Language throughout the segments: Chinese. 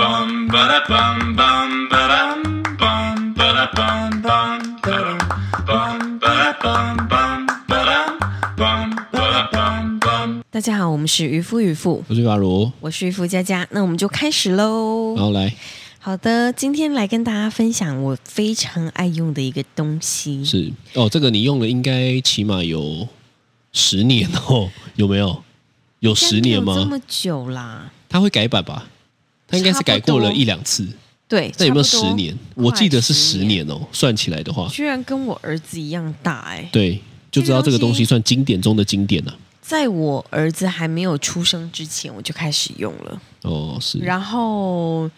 bum ba da bum bum ba dum bum ba da bum bum ba dum bum ba da bum bum ba dum bum ba da bum bum. 大家好，我们是渔夫渔妇，我是法如，我是渔夫佳佳，那我们就开始喽。然后来好的，今天来跟大家分享我非常爱用的一个东西，是哦，这个你用了应该起码有十年哦， 有没有？有应该十没有年这吗？么久啦？它会改版吧？它应该是改过了一两次，对，那有没有差不十多年？我记得是快十10年，年哦，算起来的话，居然跟我儿子一样大哎、对，就知道这个东西算经典中的经典啊了、在我儿子还没有出生之前，我就开始用了。哦，是，然后，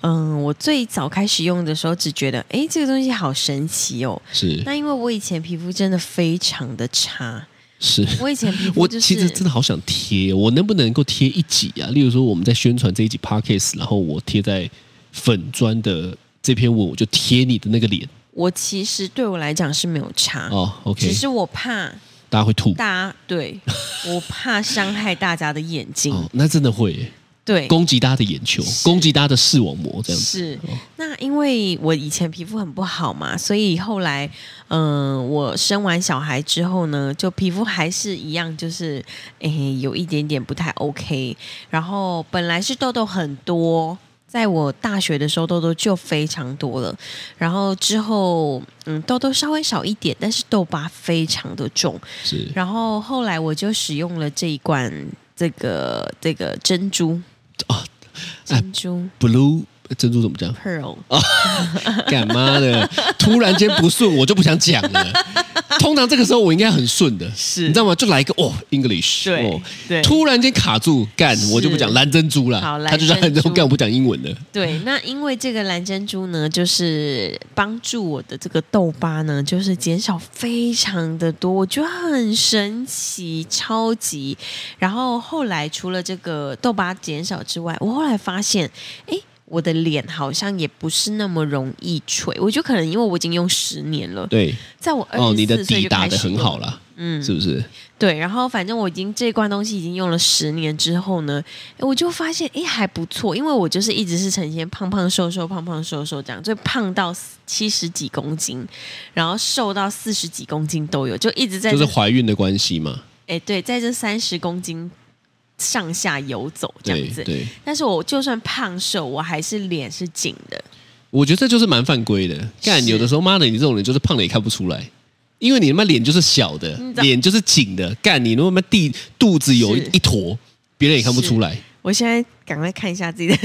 嗯，我最早开始用的时候，只觉得哎，这个东西好神奇哦。是那因为我以前皮肤真的非常的差，是。我以前皮肤我就是其实真的好想贴，哦我能不能够贴一集啊？例如说我们在宣传这一集 podcast，然后我贴在粉砖的这篇文，我就贴你的那个脸我其实对我来讲是没有差，哦。OK，啊只是我怕大家会吐。哦大家 对我怕伤害大家的眼睛，哦，那真的会耶对。攻击大家的眼球，攻击大家的视网膜，这样子。哦是，那因为我以前皮肤很不好嘛，所以后来，嗯、我生完小孩之后呢，就皮肤还是一样，就是诶有一点点不太 OK。然后本来是痘痘很多，在我大学的时候痘痘就非常多了，然后之后嗯痘痘稍微少一点，但是痘疤非常的重。是然后后来我就使用了这一罐这个这个珍珠啊珍珠 blue 哎珍珠怎 么讲？ pearl。干妈的，突然间不顺，我就不想讲了。通常这个时候我应该很顺的，是你知道吗？就来一个哦，English，对哦对突然间卡住，干我就不讲蓝珍珠啦好，蓝他就让珍珠很多 干我不讲英文的，对，那因为这个蓝珍珠呢，就是帮助我的这个痘疤呢，就是减少非常的多，我觉得很神奇，超级。然后后来除了这个痘疤减少之外，我后来发现，哎。我的脸好像也不是那么容易垂，我觉得可能因为我已经用十年了，对，在我二哦，你十的四岁底就打开的始很用好啦，嗯，是不是？对，然后反正我已经这罐东西已经用了十年之后呢，诶我就发现诶还不错，因为我就是一直是呈现胖胖瘦瘦胖胖瘦瘦这样，最胖到七十几公斤，然后瘦到四十几公斤都有，就一直在就这是怀孕的关系嘛，诶对，在这三十公斤上下游走这对样子。对。但是我就算胖瘦，我还是脸是紧的，我觉得这就是蛮犯规的。干，是有的时候妈的，你这种人就是胖的也看不出来，因为你他妈脸就是小的知，道脸就是紧的。干，你他妈地肚子有一嗯是一坨，别人也看不出来。我现在赶快看一下自 己的，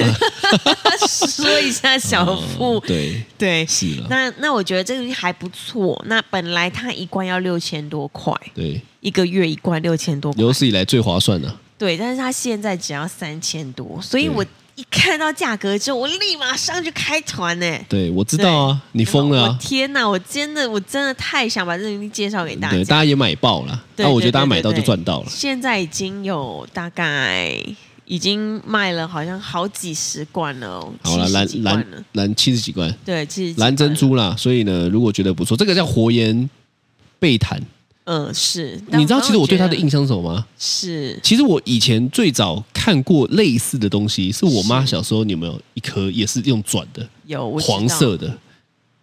说一下小腹，哦对，对，是了，那那我觉得这个东西还不错。那本来它一罐要六千多块，对，一个月一罐六千多块，有史以来最划算的。对，但是它现在只要三千多，所以对我一看到价格之后，我立马上去开团呢、对，我知道啊，你你疯了我啊！天哪！我真的，我真的太想把这个东西介绍给大对，家。大家也买爆了。对那我觉对对得大家买到对就对赚到了。现在已经有大概已经卖了，好像好几十罐了哦，好了， 70蓝几罐了蓝，蓝七十几罐，对，其实蓝珍，珠啦。所以呢，如果觉得不错，这个叫活颜贝坦。嗯，是。但你知道，反正其实我对它觉的得印象是什么吗？是其实我以前最早看过类似的东西，是我妈小时候，你有没有一颗也是用转的有我知黄道色的？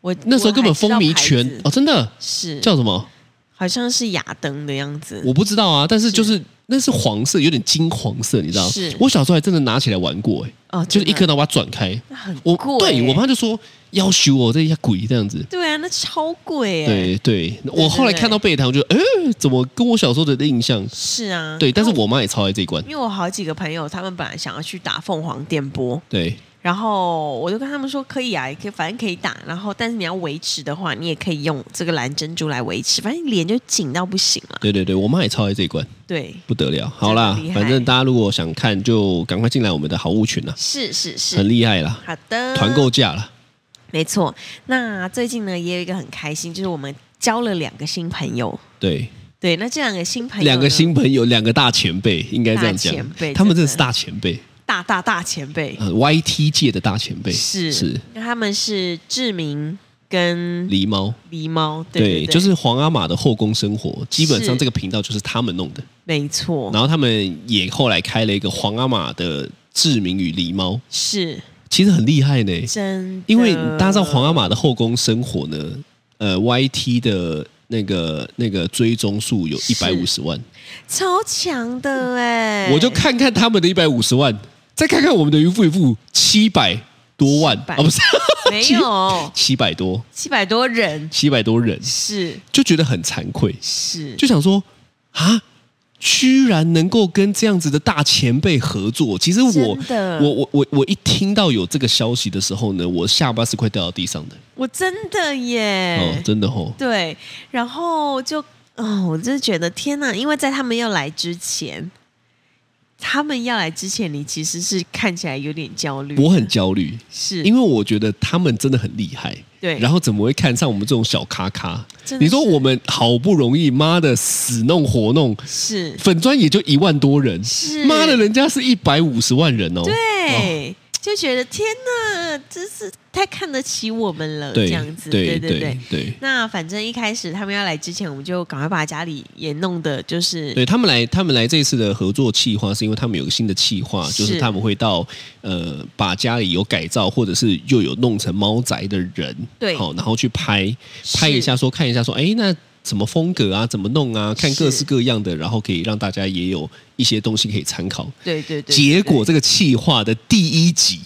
我那时候根本风靡我还全知道牌哦，真的子是叫什么？好像是雅登的样子。我不知道啊，但是就是那是黄色，有点金黄色，你知道是？我小时候还真的拿起来玩过、欸，哦，就是一颗，真的然后把它转开，那很我贵耶对我妈就说要修我这一下鬼这样子。对啊，那超贵哎。，对对，我后来对看到贝糖，我就哎，怎么跟我小时候的印象？是啊。对，但是因为我妈也超爱这一罐。因为我好几个朋友，他们本来想要去打凤凰电波，对，然后我就跟他们说可以啊，也可以，反正可以打。然后但是你要维持的话，你也可以用这个蓝珍珠来维持，反正脸就紧到不行了。对对对，我妈也超爱这一罐。对，不得了，好啦真的厉，害反正大家如果想看，就赶快进来我们的好物群啦，是是嗯很是。厉害啦，好的，团购价啦，没错。那最近呢，也有一个很开心，就是我们交了两个新朋友。对，对，那这两个新朋友呢，两个新朋友，两个大前辈，应该这样哎大前辈讲，他们真的真的是大前辈，大大大前辈、呃，YT 界的大前辈是是那他们是志明跟狸猫，狸猫，对对对，就是皇阿玛的后宫生活，基本上这个频道就是他们弄的，没错，然后他们也后来开了一个皇阿玛的志明与狸猫，是其实很厉害呢。真的因为你搭上皇阿玛的后宫生活呢，呃，YT 的那个那个追踪数有一百五十万，超强的哎、嗯我就看看他们的一百五十万，再看看我们的渔夫渔妇七百多万700啊，不是 没有七百多，七百多人，七百多人，是就觉得很惭愧，是，就想说啊。居然能够跟这样子的大前辈合作，其实我真的我我我我一听到有这个消息的时候呢，我下巴是快掉到地上的我真的耶，哦，真的哦，对，然后就哦，我真的觉得天哪！因为在他们要来之前，他们要来之前，你其实是看起来有点焦虑，我很焦虑，是因为我觉得他们真的很厉害。对，然后怎么会看上我们这种小咖咖真？的你说是我们好不容易，妈的死弄活弄，是粉砖也就一万多人，是妈的，人家是一百五十万人哦。哦对，就觉得天哪，真是太看得起我们了，这对样子，对对对对那反正一开始他们要来之前，我们就赶快把家里也弄的，就是对他们来，他们来这次的合作企划，是因为他们有个新的企划，是就是他们会到呃，把家里有改造或者是又有弄成猫宅的人，对好，然后去拍是拍一下说，看一下说，哎，那什么风格啊，怎么弄啊，看是各式各样的，然后可以让大家也有一些东西可以参考。对对对。结对果这个企划的第一集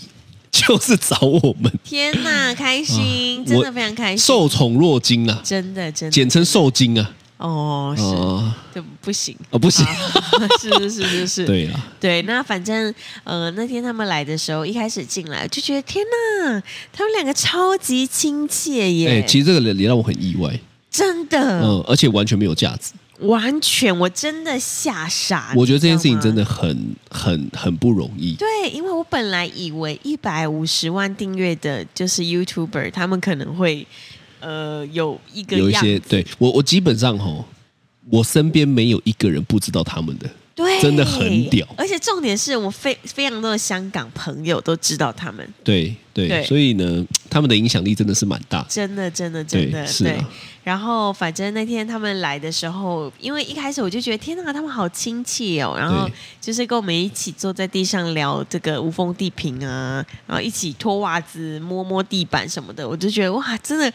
就是找我们，天哪，开心，啊真我的非常开心，受宠若惊啊，真的真的简称受惊啊，哦，哎是、啊哦就不 行。哦不行， 是是是是是，对啊，对那反正呃那天他们来的时候，一开始进来就觉得天哪，他们两个超级亲切耶，哎，其实这个人也让我很意外，真的、嗯，而且完全没有价值。完全我真的吓傻。我觉得这件事情啊你知道吗真的很很很不容易。对，因为我本来以为一百五十万订阅的就是 YouTuber，他们可能会呃有一个有一样些对我，我基本上吼，我身边没有一个人不知道他们的。对，真的很屌而且重点是我非非常多的香港朋友都知道他们，对对，对所以呢，他们的影响力真的是蛮大。真的，真的，真的，对是啊然后反正那天他们来的时候，因为一开始我就觉得天哪，他们好亲切哦。然后对就是跟我们一起坐在地上聊这个无缝地坪啊，然后一起脱袜子、摸摸地板什么的，我就觉得哇，真的嘖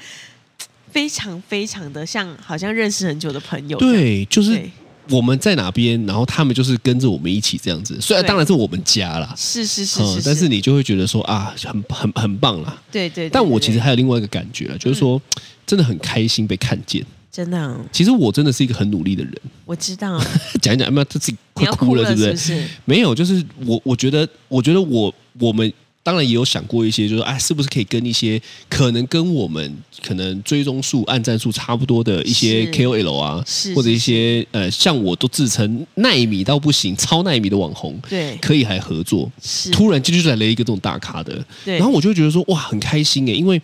非常非常的像，好像认识很久的朋友。对，就是对，我们在哪边，然后他们就是跟着我们一起这样子。虽然对当然是我们家啦，是是是嗯，是，但是你就会觉得说啊，很很很棒啦。对对对，但我对嗯其实对还有另外一个感觉了，就是说，真的很开心被看见。真的啊其实我真的是一个很努力的人，我知 道哦讲一讲，妈，他自己你快要哭了，了对不是对不？是？没有，就是我我觉得，我觉得我我们当然也有想过一些，就是哎，是不是可以跟一些可能跟我们可能追踪数、按赞数差不多的一些是 KOL 啊，是或者是一些呃，像我都自称耐米到不行、超耐米的网红，对，可以还合作。是突然间就来了一个这种大咖的，对然后我就会觉得说哇，很开心诶，欸因为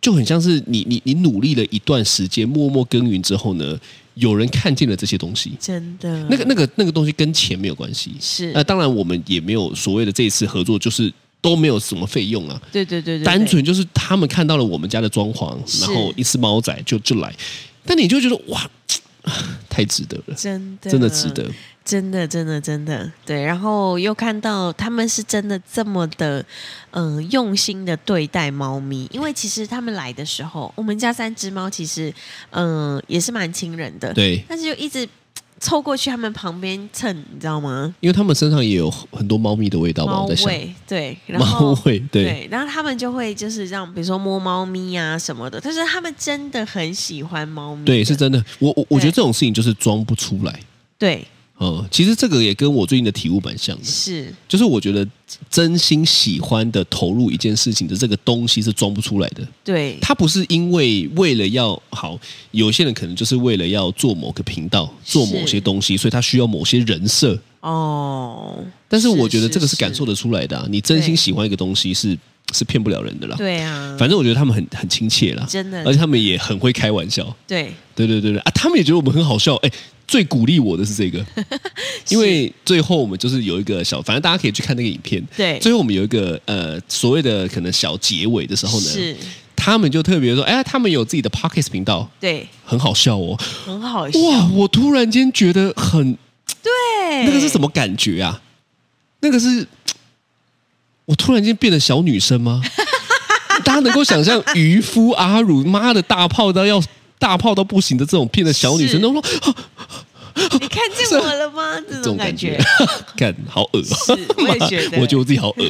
就很像是你你你努力了一段时间，默默耕耘之后呢，有人看见了这些东西，真的那个那个那个东西跟钱没有关系，是呃那当然，我们也没有所谓的这一次合作，就是都没有什么费用啊，对对对对对，单纯就是他们看到了我们家的装潢，是然后一只猫仔就就来，但你就觉得哇，太值得了，真的真的值得，真的，真的，真的，对。然后又看到他们是真的这么的，嗯、用心的对待猫咪，因为其实他们来的时候，我们家三只猫其实，嗯、也是蛮亲人的，。对，但是就一直凑过去他们旁边蹭，你知道吗？因为他们身上也有很多猫咪的味道吧，猫我在想，味，对，然猫后。 味，对，对，然后他们就会就是让，比如说摸猫咪啊什么的，但是他们真的很喜欢猫咪的，对，是真的，我我我对觉得这种事情就是装不出来，对，嗯，其实这个也跟我最近的体悟蛮像的，是，就是我觉得真心喜欢的投入一件事情的这个东西是装不出来的。对，他不是因为为了要好，有些人可能就是为了要做某个频道、做某些东西，所以他需要某些人设。哦，但是我觉得这个是感受的，得出来的、啊，你真心对喜欢一个东西是是骗不了人的啦。对啊，反正我觉得他们很很亲切啦，真的而且他们也很会开玩笑。对，对对对对啊，他们也觉得我们很好笑。哎，最鼓励我的是这 个，因为最后我们就是有一个小，反正大家可以去看那个影片。对最后我们有一个呃所谓的可能小结尾的时候呢，是，他们就特别说，哎，他们有自己的 Pockets 频道，对，很好笑哦。很好笑。哇，我突然间觉得很对，哎那个是什？么感觉啊？那个是，我突然间变得小女生 吗？大家能够想象渔夫阿乳妈的大炮到要大炮到不行的这种片的小女生，是都说啊你看见我了吗？这这种种感感觉 觉，，看好恶啊，是我也觉得， 我觉得我自己好恶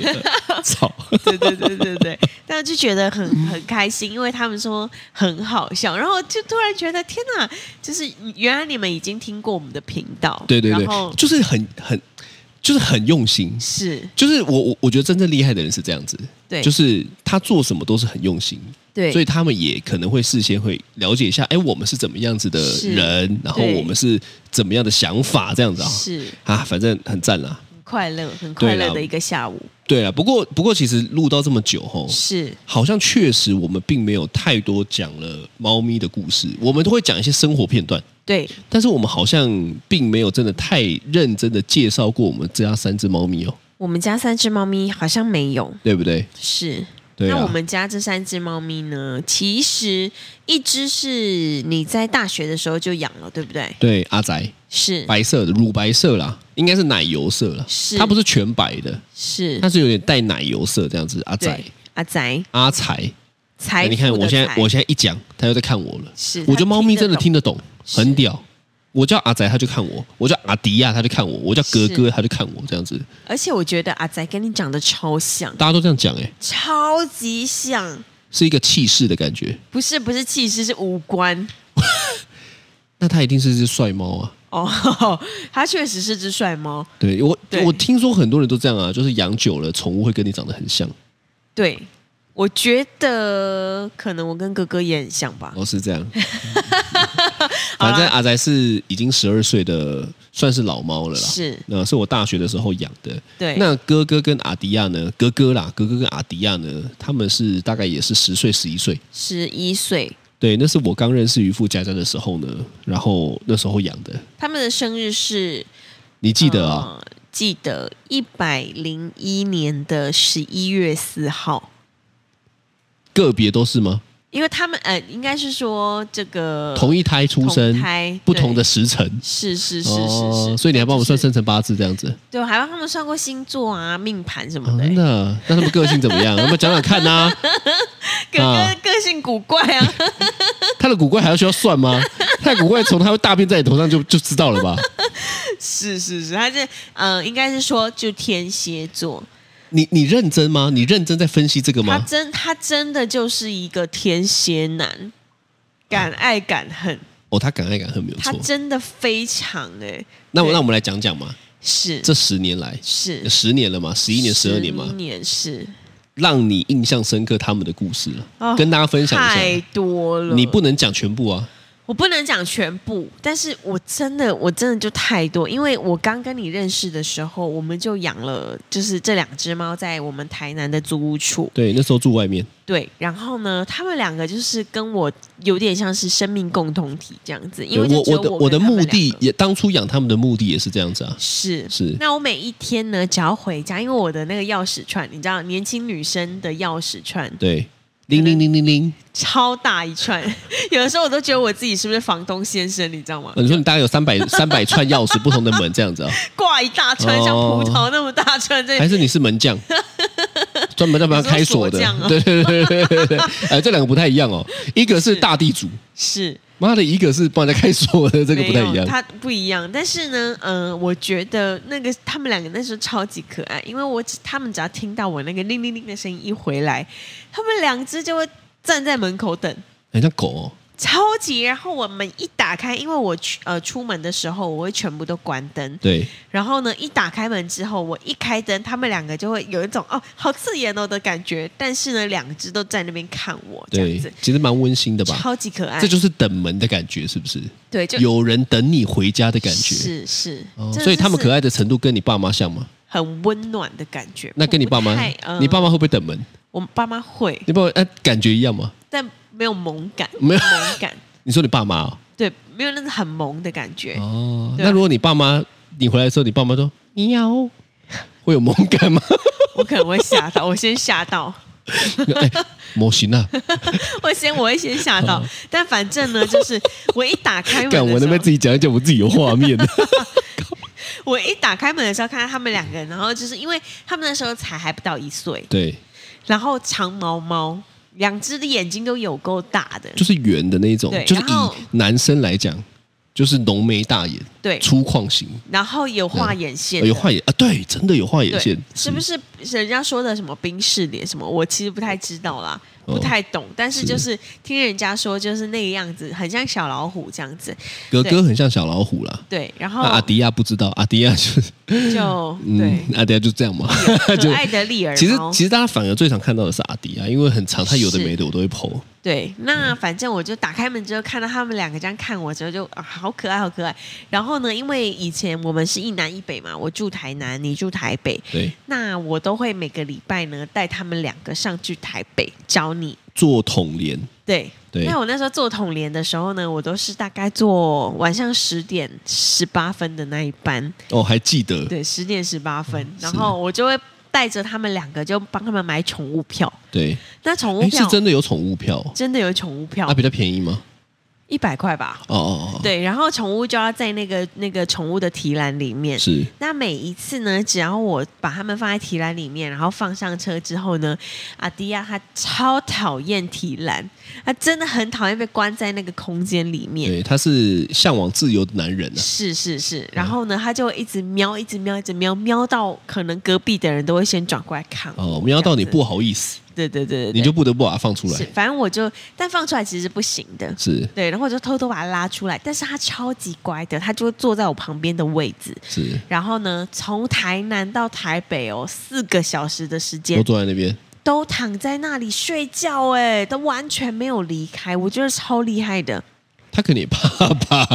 啊，操！对对对对对， 但就觉得很很开心，因为他们说很好笑，然后就突然觉得天哪，就是原来你们已经听过我们的频道，对对然对后，就是很很就是很用心，是就是我我我觉得真正厉害的人是这样子，对，就是他做什么都是很用心，对，所以他们也可能会事先会了解一下，哎，我们是怎么样子的是人，然后对我们是怎么样的想法，这样子啊是啊，反正很赞啦。很快乐，很快乐的一个下午，对啊，不过不过其实录到这么久吼，是好像确实我们并没有太多讲了猫咪的故事，我们都会讲一些生活片段，对，但是我们好像并没有真的太认真的介绍过我们家三只猫咪哦，我们家三只猫咪好像没有，对不对？是。对啊，那我们家这三只猫咪呢？其实一只是你在大学的时候就养了，对不对？对阿宅是白色的乳白色啦，应该是奶油色啦，是哎它不是全白的，是它，是有点带奶油色这样子。阿仔对，阿宅阿才，财富的哎你看我现在财我现在一讲，它又在看我了。是，我觉得猫咪真的听得得懂，是很屌。我叫阿仔，它就看我；我叫阿迪亚，它就看我；我叫格哥，它就看我。这样子，懂，而且我觉得阿仔跟你长得超像，大家都这样讲，哎，超级像，是一个气势的感觉。不是不是气势，是五官那它一定是只帅猫啊！哦， 他确实是只帅猫，对我对我听说很多人都这样啊，就是养久了，宠物会跟你长得很像。对。我觉得可能我跟哥哥也很像吧，哦，是 这样。反啊正阿宅是已经十二岁的，算是老猫了啦。是那呃是我大学的时候养的。对，那哥哥跟阿迪亚呢？哥哥啦，哥哥跟阿迪亚呢？他们是大概也是十岁、十一岁。十一岁，对，那是我刚认识渔夫家家的时候呢，然后那时候养的。他们的生日是你记得啊？呃记得一百零一年的十一月四号，个别都是吗？因为他们呃，应该是说这个同一胎出生嗯同，胎不同的对时辰。是是是是是，哦所以你还帮我们算生辰八字这样子，对，我还帮他们算过星座啊、命盘什么哦的、真的？那他们个性怎么样？ 我们讲讲看啊呐、哥哥啊 个性古怪啊， 他的古怪还要需要算吗？他的古怪从他会大便在你头上就就知道了吧？是是是，他是呃，应该是说就天蝎座，你你认真吗？你认真在分析这个他吗？真他真的就是一个天蝎男，敢爱敢恨，哦，他敢爱敢恨没有他错。真的非常哎、那我对那我们来讲讲嘛，是这十年来，是十年了嘛，十一年、十二年11嘛，年是让你印象深刻他们的故事了，哦跟大家分享太一下。多了，你不能讲全部啊，我不能讲全部，但是我真的我真的就太多，因为我刚跟你认识的时候，我们就养了就是这两只猫在我们台南的租屋处，对，那时候住外面，对，然后呢，他们两个就是跟我有点像是生命共同体这样子，因为对就我只有的我我跟的他们目两个的也当初养他们的目的也是这样子啊，是是那我每一天呢，只要回家，因为我的那个钥匙串，你知道，年轻女生的钥匙串对，铃铃铃铃铃，超大一串， 有的时候我都觉得我自己是不是房东先生，你知道吗？哦你说你大概有 三百三百串钥匙不同的门这样子啊，挂一大串，像葡哦萄那么大串，这还是你是门 将，专门在帮他开锁的你说锁匠啊？对对对对对对，哎，这两个不太一样哦，一个是大地主，是妈的，一个是帮人家开锁的，这个不太一没有样。它不一样。但是呢，嗯、我觉得那个他们两个那时候超级可爱，因为我只他们只要听到我那个铃铃铃的声音一回来，他们两只就会站在门口等。很像狗哦，超级，然后我们一打开，因为我去呃出门的时候我会全部都关灯，对，然后呢一打开门之后，我一开灯，他们两个就会有一种哦好刺眼哦的感觉，但是呢两只都在那边看我这样对子，，其实蛮温馨的吧？超级可爱，这就是等门的感觉，是不是？对就有人等你回家的感觉。是是、哦真的所以他们就是可爱的程度跟你爸妈像吗？很温暖的感觉。那跟你爸妈不太，呃你爸妈会不会等门？我爸妈会，你爸妈哎、感觉一样吗？但没有萌感，没有萌感，你说你爸妈哦，对，没有那种很萌的感觉。哦对啊那如果你爸妈你回来的时候，你爸妈说你要会有萌 感吗？我可能会吓 到，我先吓到，哎，模型啊，我先我会先吓到。但反正呢，就是我一打开门哦干的我时候那 边自己讲一讲，我自己有画面的。我一打开门的时候，看到他们两个人，然后就是因为他们那时候才还不到一岁，对，然后长毛猫，两只的眼睛都有够大的，就是圆的那种对，就是然后以男生来讲，就是浓眉大眼，对粗犷型，然后有画眼线呃的，有画眼啊，对，真的有画眼对线，嗯是不是人家说的什么冰士脸什么？我其实不太知道啦，哦不太懂，但是就是听人家说，就是那个样子，很像小老虎这样子。格对哦格很像小老虎啦。对，然那后阿迪亚不知道，阿迪亚就是，就对啊 嗯，阿迪亚就这样嘛，就可爱的丽儿猫。其实其实大家反而最常看到的是阿迪亚，因为很长，他有的是没的我都会剖。对，嗯那反正我就打开门之后看到他们两个这样看我之后就，啊好可爱，好可爱。然后呢，因为以前我们是一南一北嘛，我住台南，你住台北，对，那我都会每个礼拜呢带他们两个上去台北找你。做统联，对，对那我那时候做统联的时候呢，我都是大概做晚上十点十八分的那一班，哦，还记得，对，十点十八分，嗯然后我就会带着他们两个就帮他们买宠物票。对，那宠物哎，是票真的有宠物票，真的有宠物票啊，，比较便宜吗？一百块吧。哦哦哦，对，然后宠物就要在那个那个宠物的提篮里面。是那每一次呢，只要我把它们放在提篮里面，然后放上车之后呢，阿迪亚他超讨厌提篮，他真的很讨厌被关在那个空间里面。对，他是向往自由的男人啊，是是是，然后呢，他就会一直瞄，一直瞄，一直瞄，瞄到可能隔壁的人都会先转过来看我。哦，瞄到你这样子不好意思，对对对对对，你就不得不把它放出是来，，反正我就，但放出来其实是不行的。是对，然后我就偷偷把它拉出来，但是它超级乖的，它就会坐在我旁边的位置。是，然后呢，从台南到台北哦，四个小时的时都间坐在那边，都躺在那里睡觉，哎，都完全没有离开，我觉得超厉害的，他肯定也怕吧？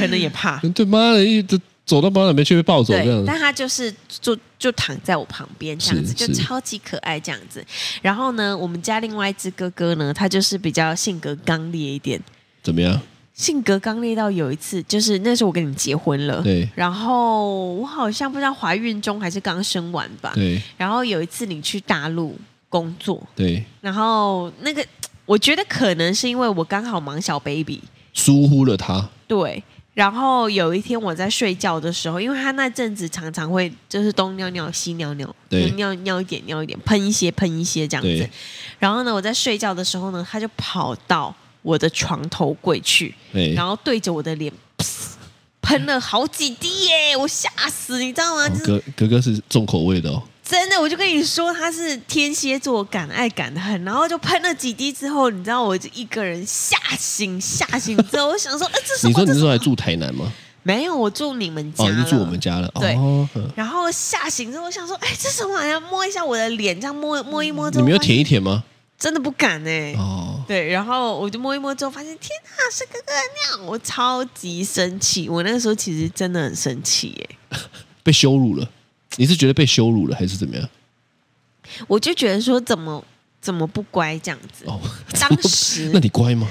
可能也 怕。对妈的，一直走到包那边去被抱走嗯这对样，子，但他就是就就躺在我旁边这样子，是就是超级可爱这样子。然后呢，我们家另外一只哥哥呢，他就是比较性格刚烈一点，怎么样？性格刚烈到有一次，就是那时候我跟你结婚了，对然后我好像不知道怀孕中还是刚生完吧，对然后有一次你去大陆工作，对，然后那个我觉得可能是因为我刚好忙小 baby，疏忽了他，对。然后有一天我在睡觉的时候，因为他那阵子常常会就是东尿尿西尿尿，对就尿尿一点尿一点，喷一些喷一些这样子对。然后呢，我在睡觉的时候呢，他就跑到我的床头柜去，哎，然后对着我的脸噗喷了好几滴耶，我吓死，你知道吗？哦就是格格格是重口味的哦，真的，我就跟你说，他是天蝎座，敢爱敢恨。然后就喷了几滴之后，你知道，我就一个人吓醒，吓醒之后，我想 说，呃，这是你说我你这那时是候还住台南吗？没有，我住你们家哦，了，你就住我们家了，对哦，嗯然后吓醒之后，我想说，哎，这什么玩意儿？摸一下我的脸，这样摸摸一摸之后，你没有发现舔一舔吗？真的不敢哎、哦，对，然后我就摸一摸之后，发现天啊，是哥哥的尿！我超级生气，我那个时候其实真的很生气耶、被羞辱了，你是觉得被羞辱了还是怎么样？我就觉得说怎么怎么不乖这样子。哦， 当时那你乖 吗？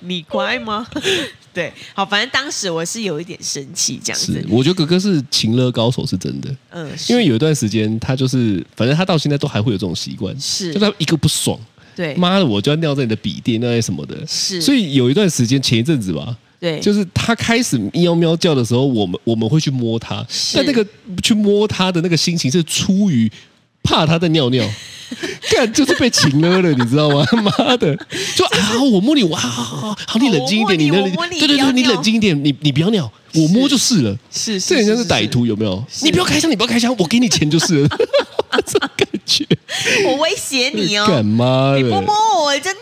你乖吗？ 对，好，反正当时我是有一点生气这样是子，，我觉得格格是情勒高手，是真的。嗯，是因为有一段时间，他就是，反正他到现在都还会有这种习惯，是就他一个不爽，对妈的，我就要尿在你的笔垫，尿在什么的。是，所以以有一段时间，前一阵子吧，对，就是他开始喵喵叫的时候，我们我们会去摸他，是但那个去摸他的那个心情是出于怕他在尿尿， 干就是被情了了，你知道吗？妈的，就啊，我摸你，哇，好好好，你冷静一点，我摸你那哦我摸你对对不要对，你尿冷静一点，你你不要尿，我摸就是了。是是这人家是歹，徒，有没有？你不要开枪，你不要开枪，我给你钱就是 了。这种感觉，是 是我威胁你干哦，妈的，你不摸我我就尿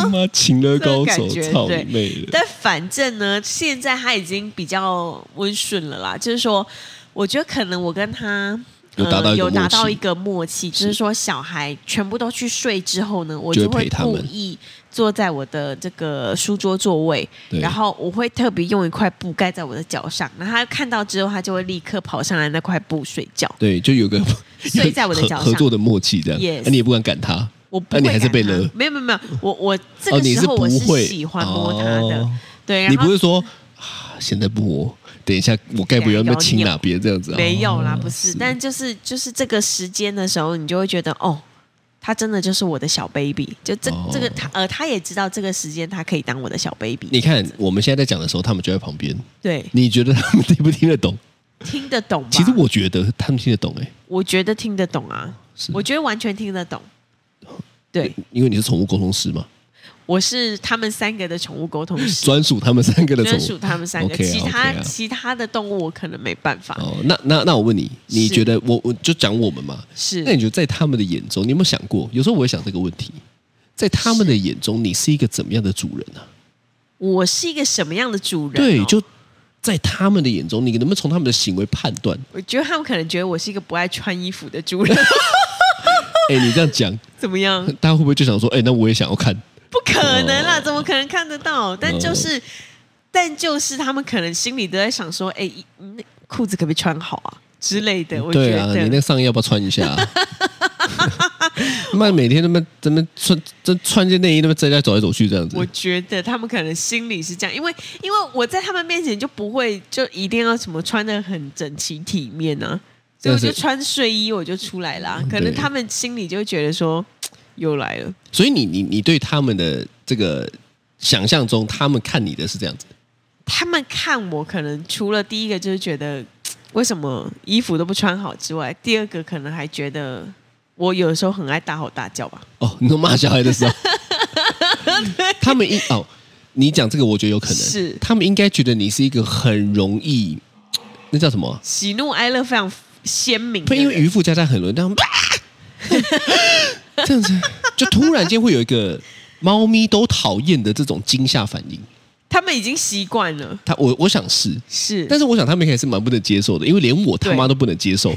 他哦。妈情勒高这种手感，觉操你对妹 的！但反正呢，现在他已经比较温顺了啦，就是说，我觉得可能我跟他。呃有达到一个有达到默契一个默契，就是说小孩全部都去睡之后呢，我就会就会陪他们故意坐在我的这个书桌座位，对然后我会特别用一块布盖在我的脚上，然后他看到之后，他就会立刻跑上来那块布睡觉。对，就有个 睡在我的合脚上合作的默契这样， Yes 那你也不敢赶他，我不那会你赶还他，是被勒没有没有没有，我我这哦，个你时候不我会喜欢摸他的，哦对，然你后不是说啊现在不摸，等一下我该不会要那么亲哪边这样子？没有啦，哦不是，但就是就是这个时间的时候，你就会觉得哦，他真的就是我的小 baby，就这、哦这个他呃，他也知道这个时间他可以当我的小 baby。你看，我们现在在讲的时候，他们就在旁边。对，你觉得他们听不听得懂？听得懂吧？其实我觉得他们听得懂、哎，我觉得听得懂啊，是我觉得完全听得懂。对，因为你是宠物沟通师嘛，我是他们三个的宠物沟通师， 专属他们三个的宠专属物。他们三个 OK 啊其他、 OK 啊其他的动物我可能没办法。哦，那那那我问你，你是觉得我我就讲我们嘛？是那你觉得在他们的眼中，你有没有想过？有时候我会想这个问题，在他们的眼中，你是一个怎么样的主人啊？我是一个什么样的主人、哦对，就在他们的眼中，你能不能从他们的行为判断？我觉得他们可能觉得我是一个不爱穿衣服的主人， 哎，你这样讲，怎么样？大家会不会就想说，哎，那我也想要看？不可能啦，哦怎么可能看得到？但就是，但就是他们可能心里都在想说，哎、一那裤子可不可以穿好啊之类的。我觉对得、啊，你那上衣要不要穿一下、 啊？妈，每天他妈他妈穿真穿件内衣，他妈在家走来走去这样子我。觉得他们可能心里是这样，因为因为我在他们面前就不会就一定要什么穿的很整齐体面啊，所以我但是就穿睡衣我就出来啦。可对能他们心里就会觉得说嘖又来了，所以你你你对他们的这个想象中，他们看你的是这样子。他们看我可能除了第一个就是觉得嘖为什么衣服都不穿好之外，第二个可能还觉得我有时候很爱大吼大叫吧。哦，你都骂小孩的时候，他们应哦，你讲这个我觉得有可能是他们应该觉得你是一个很容易，那叫什么啊？喜怒哀乐非常鲜明的不，人，因为渔夫家家很容易这样，啊 这样子，就突然间会有一个猫咪都讨厌的这种惊吓反应。他们已经习惯了，他我我想是，是，但是我想他们应该是蛮不能接受的，因为连我他妈对都不能 接受。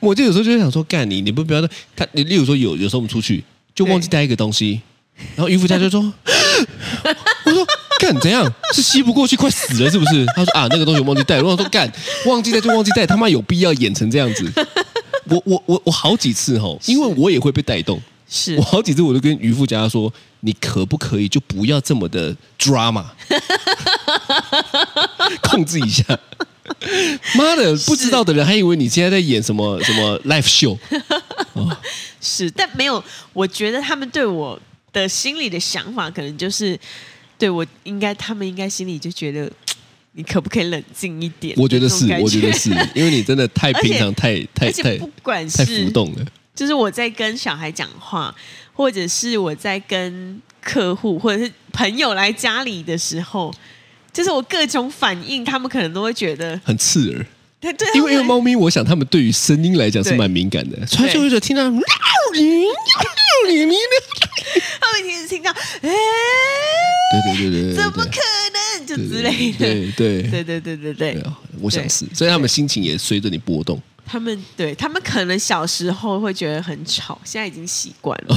我就有时候就会想说，干你，你不不要他，你例如说有有时候我们出去就忘记带一个东西，然后渔夫家就说， 我说干怎样是吸不过去，快死了是不是？他说啊那个东西我忘记带，我想说干忘记带就忘记带，他妈有必要演成这样子？我我我我好几次吼，因为我也会被带动，是我好几次我都跟渔夫家说，你可不可以就不要这么的 drama，控制一下。妈的，不知道的人还以为你现在在演什么什么 live show，是，但没有，我觉得他们对我的心里的想法，可能就是对我应该，他们应该心里就觉得，你可不可以冷静一点？我觉得是那种感，我觉得是，因为你真的太而且平常，太 太而且太不管太浮是动了。就是我在跟小孩讲话，或者是我在跟客户或者是朋友来家里的时候，就是我各种反应，他们可能都会觉得，很刺耳，对，对因为因为他们猫咪，我想它们对于声音来讲是对蛮敏感的，所以它就会觉得听到他对们一直听到，哎、对对对对，对怎么可能？就对之类的，对对对对对对对对。啊，我想对是，所以他们心情也随着你波动。他们对他们可能小时候会觉得很吵，现在已经习惯了。哦，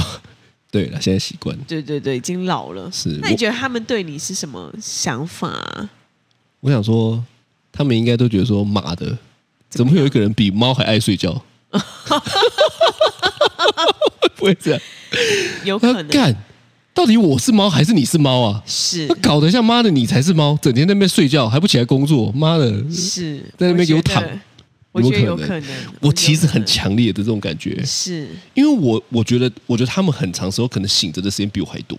对了，现在习惯了。对对对，已经老了。是那你我觉得他们对你是什么想法啊、我想说，他们应该都觉得说，妈的，怎么会有一个人比猫还爱睡觉？不会这样，有他可能干，到底我是猫还是你是猫啊？是那搞得像妈的，你才是猫，整天在那边睡觉还不起来工作，妈的！是在那边给我躺，我觉得我觉得有有可可能能。我觉得其实有可很能强烈的这种感觉，是因为我我觉得，我觉得他们很长时候可能醒着的时间比我还多。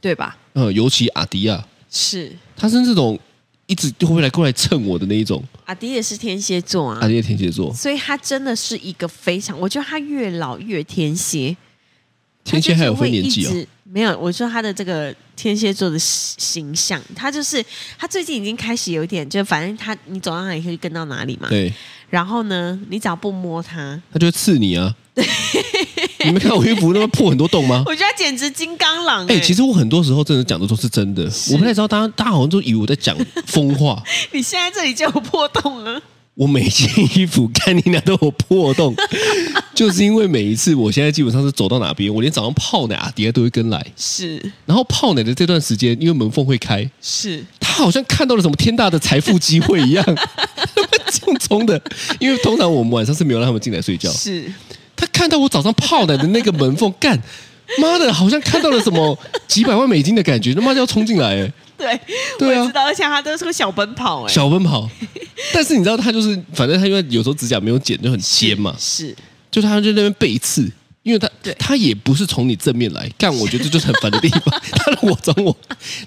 对吧？嗯，尤其阿迪亚，是他是这种一直就会来过来蹭我的那一种。阿迪也是天蝎座啊阿，迪亚天蝎座，所以他真的是一个非常，我觉得他越老越天蝎。天蝎还有分年纪他就是哦会一。直没有，我说他的这个天蝎座的形象，他就是他最近已经开始有一点，就反正他你走到哪里可以跟到哪里嘛。对，然后呢，你只要不摸他，他就会刺你啊。你们看我衣服那么破很多 洞吗？我觉得他简直金刚狼、欸。哎、其实我很多时候真的讲的都是真的，我不太知道大家，大家好像都以为我在讲 疯话。你现在这里就有破洞了，我每件衣服看你俩都有破 洞，就是因为每一次我现在基本上是走到哪边，我连早上泡奶阿迪亚都会跟来，是然后泡奶的这段时间，因为门缝会开，是，他好像看到了什么天大的财富机会一样， 冲冲的。因为通常我们晚上是没有让他们进来睡觉，是他看到我早上泡奶的那个门缝，干，妈的，好像看到了什么几百万美金的感觉，他妈就要冲进来，哎， 对，对啊我也知道，而且他都是个小奔跑、哎，小奔跑。但是你知道他就是，反正他因为有时候指甲没有剪就很尖嘛，是就他就在那边背刺，因为他对他也不是从你正面来，干我觉得这就是很烦的地方。 他如果从我，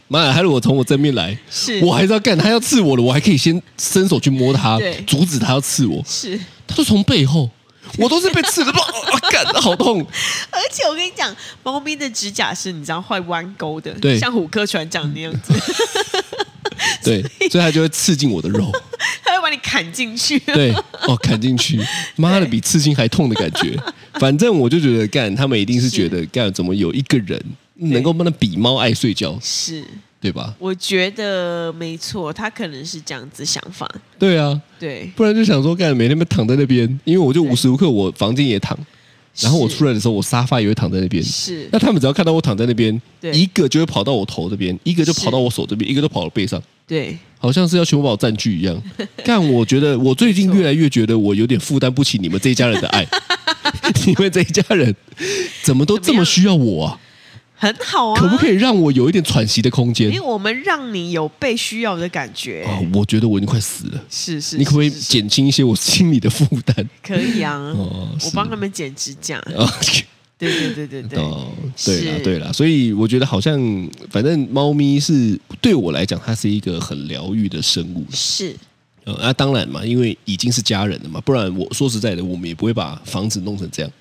妈呀，他如果从我正面来，是我还是要干，他要刺我了，我还可以先伸手去摸他对，阻止他要刺我。是，他就从背后，我都是被刺的， 不，啊，干，好痛！而且我跟你讲，猫咪的指甲是你知道会弯钩的，对像虎科船长那样子， 对，所以他就会刺进我的肉，它会把你砍进去。对，哦，砍进去，妈的，比刺青还痛的感觉。反正我就觉得，干，他们一定是觉得，干，怎么有一个人能够那比猫爱睡觉，是，对吧？我觉得没错，它可能是这样子想法。对啊，对，不然就想说，干，每天被躺在那边，因为我就对无时无刻我房间也躺，然后我是出来的时候，我沙发也会躺在那边。是那他们只要看到我躺在那边，对一个就会跑到我头这边，一个就跑到我手这边，一个就跑到背上。对，好像是要全部把我占据 一样。但我觉得我最近越来越觉得我有点负担不起你们这一家人的 爱，你们这一家人怎么都这么需要我啊？很好啊。可不可以让我有一点喘息的空间因为？我们让你有被需要的感觉。啊，我觉得我已经快死了，是是，你可不可以是是减轻一些我心里的负 担？ 可以啊，哦是我帮他们剪指甲。啊，对对对对对，哦，对了是对了，所以我觉得好像反正猫咪是对我来讲，它是一个很疗愈的生物。是呃，那、当然嘛，因为已经是家人了嘛，不然我说实在的，我们也不会把房子弄成这样。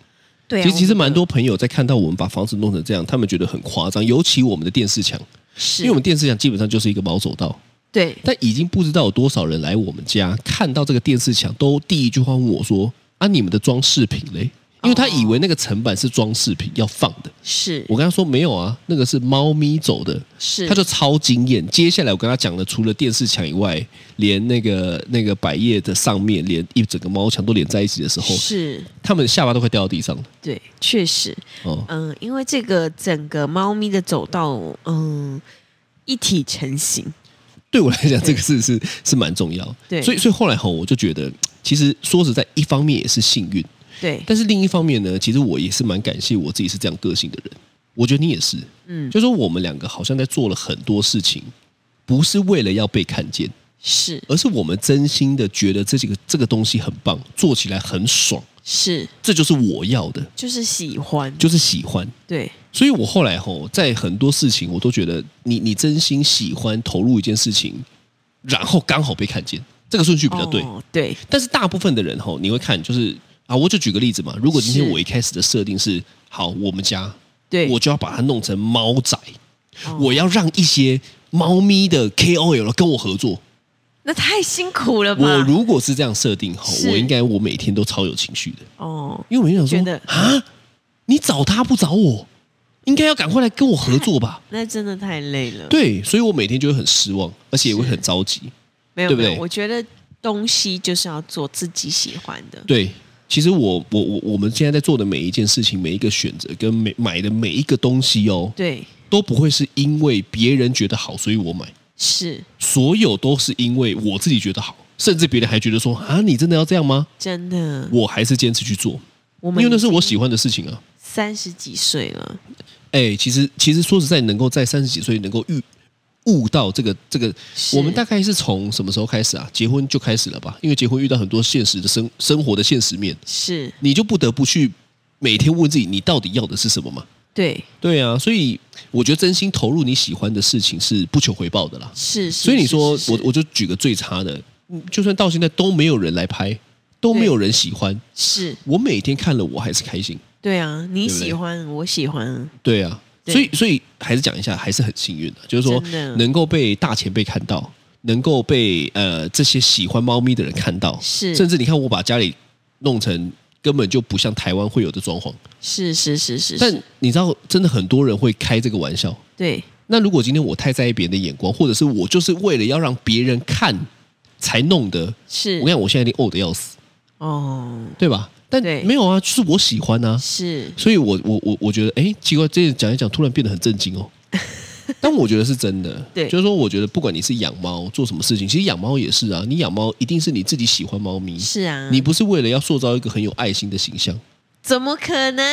对啊。其实其实我蛮多朋友在看到我们把房子弄成这样，他们觉得很夸张，尤其我们的电视墙，是，因为我们电视墙基本上就是一个毛走道，对但已经不知道有多少人来我们家看到这个电视墙，都第一句话问我说：“啊，你们的装饰品嘞？”因为他以哦为那个层板是装饰品要放的，是我跟他说没有啊，那个是猫咪走的，是，他就超惊艳。接下来我跟他讲的，除了电视墙以外，连那个那个百叶的上面，连一整个猫墙都连在一起的时候，是他们下巴都快掉到地上了。对，确实， 哦，嗯，因为这个整个猫咪的走道，嗯，一体成型，对我来讲，这个事是是蛮重要。对所以所以后来吼，我就觉得，其实说实在，一方面也是幸运，对，但是另一方面呢，其实我也是蛮感谢我自己是这样个性的人。我觉得你也是，嗯，就说我们两个好像在做了很多事情，不是为了要被看见，是而是我们真心的觉得这几个这个东西很棒，做起来很爽，是，这就是我要的，就是喜欢，就是喜欢。对所以我后来吼，在很多事情我都觉得你，你真心喜欢投入一件事情，然后刚好被看见，这个顺序比较对。哦对但是大部分的人吼，你会看就是啊，我就举个例子嘛，如果今天是我一开始的设定是好，我们家对，我就要把它弄成猫仔，哦我要让一些猫咪的 KOL 跟我合作。那太辛苦了吧？ 我如果是这样设定吼，嗯是我应该我每天都超有情绪的，哦，因为我就觉想说得啊，你找他不找我，应该要赶快来跟我合作吧。 那真的太累了，对，所以我每天就会很失望，而且也会很着急。没有对不没有对我觉得东西就是要做自己喜欢的，对，其实我我我我们现在在做的每一件事情、每一个选择跟每买的每一个东西哦，对都不会是因为别人觉得好，所以我买，是所有都是因为我自己觉得好，甚至别人还觉得说啊，你真的要这样吗？真的。我还是坚持去做，我因们为那是我喜欢的事情啊。三十几岁了，哎，其实其实说实在，能够在三十几岁能够遇。悟到这个这个，是我们大概是从什么时候开始啊？结婚就开始了吧？因为结婚遇到很多现实的生生活的现实面，是你就不得不去每天问自己，你到底要的是什么嘛？对对啊，所以我觉得真心投入你喜欢的事情是不求回报的啦。是是。所以你说是是我我就举个最差的，嗯就算到现在都没有人来拍，都没有人喜欢，是我每天看了我还是开心。对啊，你对不对喜欢，我喜欢，对啊，对所以所以还是讲一下，还是很幸运的，就是说真的能够被大前辈看到，能够被呃这些喜欢猫咪的人看到，是甚至你看我把家里弄成根本就不像台湾会有的装潢。是是是是，但是你知道，真的很多人会开这个玩笑。对那如果今天我太在意别人的眼光，或者是我就是为了要让别人看才弄的，是我跟你讲，我现在一定呕的要死，哦，对吧？但对没有啊，就是我喜欢啊，是所以我我我我觉得，哎，奇怪，这讲一讲，突然变得很震 惊哦。但我觉得是真的，对就是说，我觉得不管你是养猫做什么事情，其实养猫也是啊，你养猫一定是你自己喜欢猫咪，是啊，你不是为了要塑造一个很有爱心的形象。怎么可能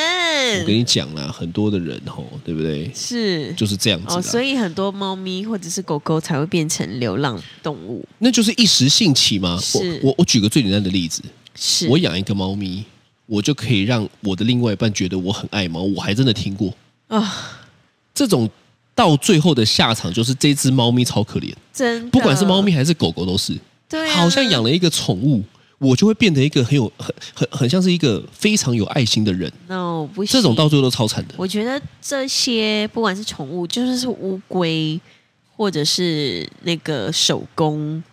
我跟？你讲啦，很多的人吼，对不对？是就是这样子啦。哦，所以很多猫咪或者是狗狗才会变成流浪动物，那就是一时兴起嘛。是我我我举个最简单的例子，是我养一个猫咪，我就可以让我的另外一半觉得我很爱猫。我还真的听过啊，这种到最后的下场，就是这只猫咪超可怜，真的不管是猫咪，还是狗狗都是，对啊、好像养了一个宠物，我就会变得一个很有很很很像是一个非常有爱心的人。 no 不行这种到最后都超惨的。我觉得这些不管是宠物，就是是乌龟，或者是那个手工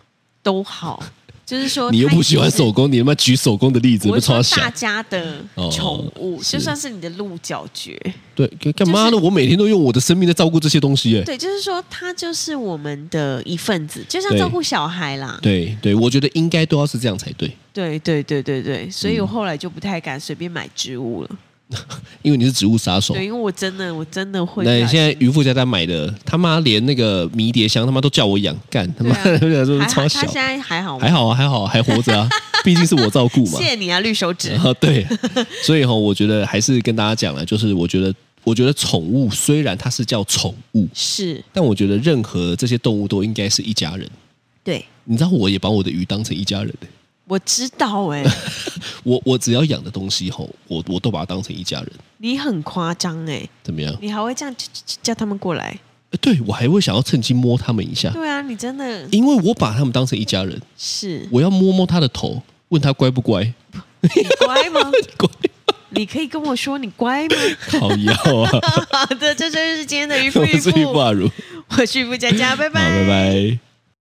都好，就是说 你又它不喜欢就是手工，你他妈举手工的例子我被是说超大小。家的哦宠物，是就算是你的鹿角蕨，对，干嘛呢？我每天都用我的生命在照顾这些东西、哎，对，就是说它就是我们的一份子，就像对照顾小孩啦。对对，我觉得应该都要是这样才对，对对对对对，所以我后来就不太敢随便买植物嗯了。因为你是植物杀手。对，因为我真的我真的会不小那心。现在渔夫家家买的，他妈连那个迷迭香他妈都叫我养，干他妈对啊的 是不是还好超他小现？在还好吗还？好啊，还好啊还活 着啊，毕竟是我照顾嘛谢。谢你啊，绿手指。 啊，对，所以哈、我觉得还是跟大家讲了，就是我觉得，我觉得宠物虽然它是叫宠物，是但我觉得任何这些动物都应该是一家人。对，你知道，我也把我的鱼当成一家人、欸。我知道 哎、我我只要养的东西吼，我我都把它当成一家人，你很夸张哎，怎么样？你还会这样叫叫叫他们过来？呃对我还会想要趁机摸它们一下，对啊，你真的因为 我把它们当成一家人，是我要摸摸它的头，问它乖不乖，你乖吗？乖，你可以跟我说你乖吗？ 好要啊！ 好的，这就是今天的渔夫 我渔是夫玉，霸如，好，我是渔夫佳佳，拜拜，拜拜。